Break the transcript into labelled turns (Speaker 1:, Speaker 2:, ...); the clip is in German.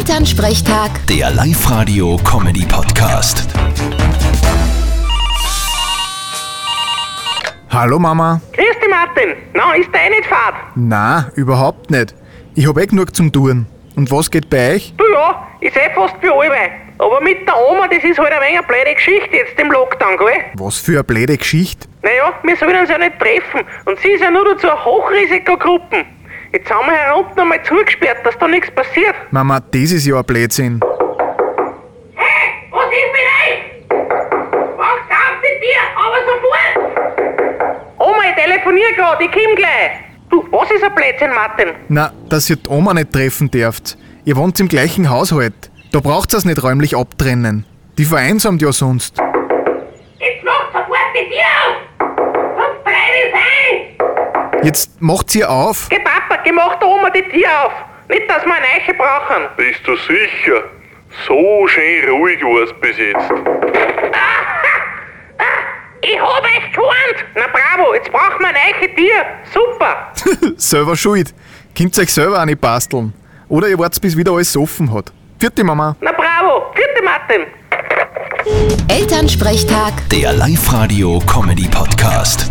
Speaker 1: Elternsprechtag,
Speaker 2: Der Live-Radio-Comedy-Podcast.
Speaker 3: Hallo Mama.
Speaker 4: Grüß dich, Martin. Na, ist der eh nicht fad?
Speaker 3: Na, überhaupt nicht. Ich hab eh genug zum Tun. Und was geht bei euch?
Speaker 4: Du ja, ist eh fast wie alle. Aber mit der Oma, das ist halt ein wenig eine blöde Geschichte jetzt im Lockdown, gell?
Speaker 3: Was für eine blöde Geschichte.
Speaker 4: Naja, wir sollen uns ja nicht treffen. Und sie ist ja nur dazu eine Hochrisikogruppe. Jetzt haben wir herunten einmal zugesperrt, dass da nichts passiert.
Speaker 3: Mama, das ist ja ein Blödsinn.
Speaker 5: Hey, was ist mit euch? Macht auf die Tür, aber sofort!
Speaker 4: Oma, ich telefoniere gerade, ich komm gleich. Du, was ist ein Blödsinn, Martin?
Speaker 3: Na, dass ihr die Oma nicht treffen dürft. Ihr wohnt im gleichen Haushalt. Da braucht's das nicht räumlich abtrennen. Die vereinsamt ja sonst.
Speaker 5: Jetzt macht sofort die Tür auf! Sonst treibe ich ein!
Speaker 3: Jetzt macht's ihr auf.
Speaker 4: Geh, Papa, geh, mach der Oma die Tür auf. Nicht, dass wir eine Eiche brauchen.
Speaker 6: Bist du sicher? So schön ruhig war's bis jetzt.
Speaker 4: Ich hab euch gewarnt. Na bravo, jetzt brauchen wir eine Eiche Tier. Super.
Speaker 3: Selber schuld. Könnt euch selber auch nicht basteln. Oder ihr wart's bis wieder alles offen hat. Vierte Mama.
Speaker 4: Na bravo. Vierte Martin.
Speaker 1: Elternsprechtag.
Speaker 2: Der Live-Radio-Comedy-Podcast.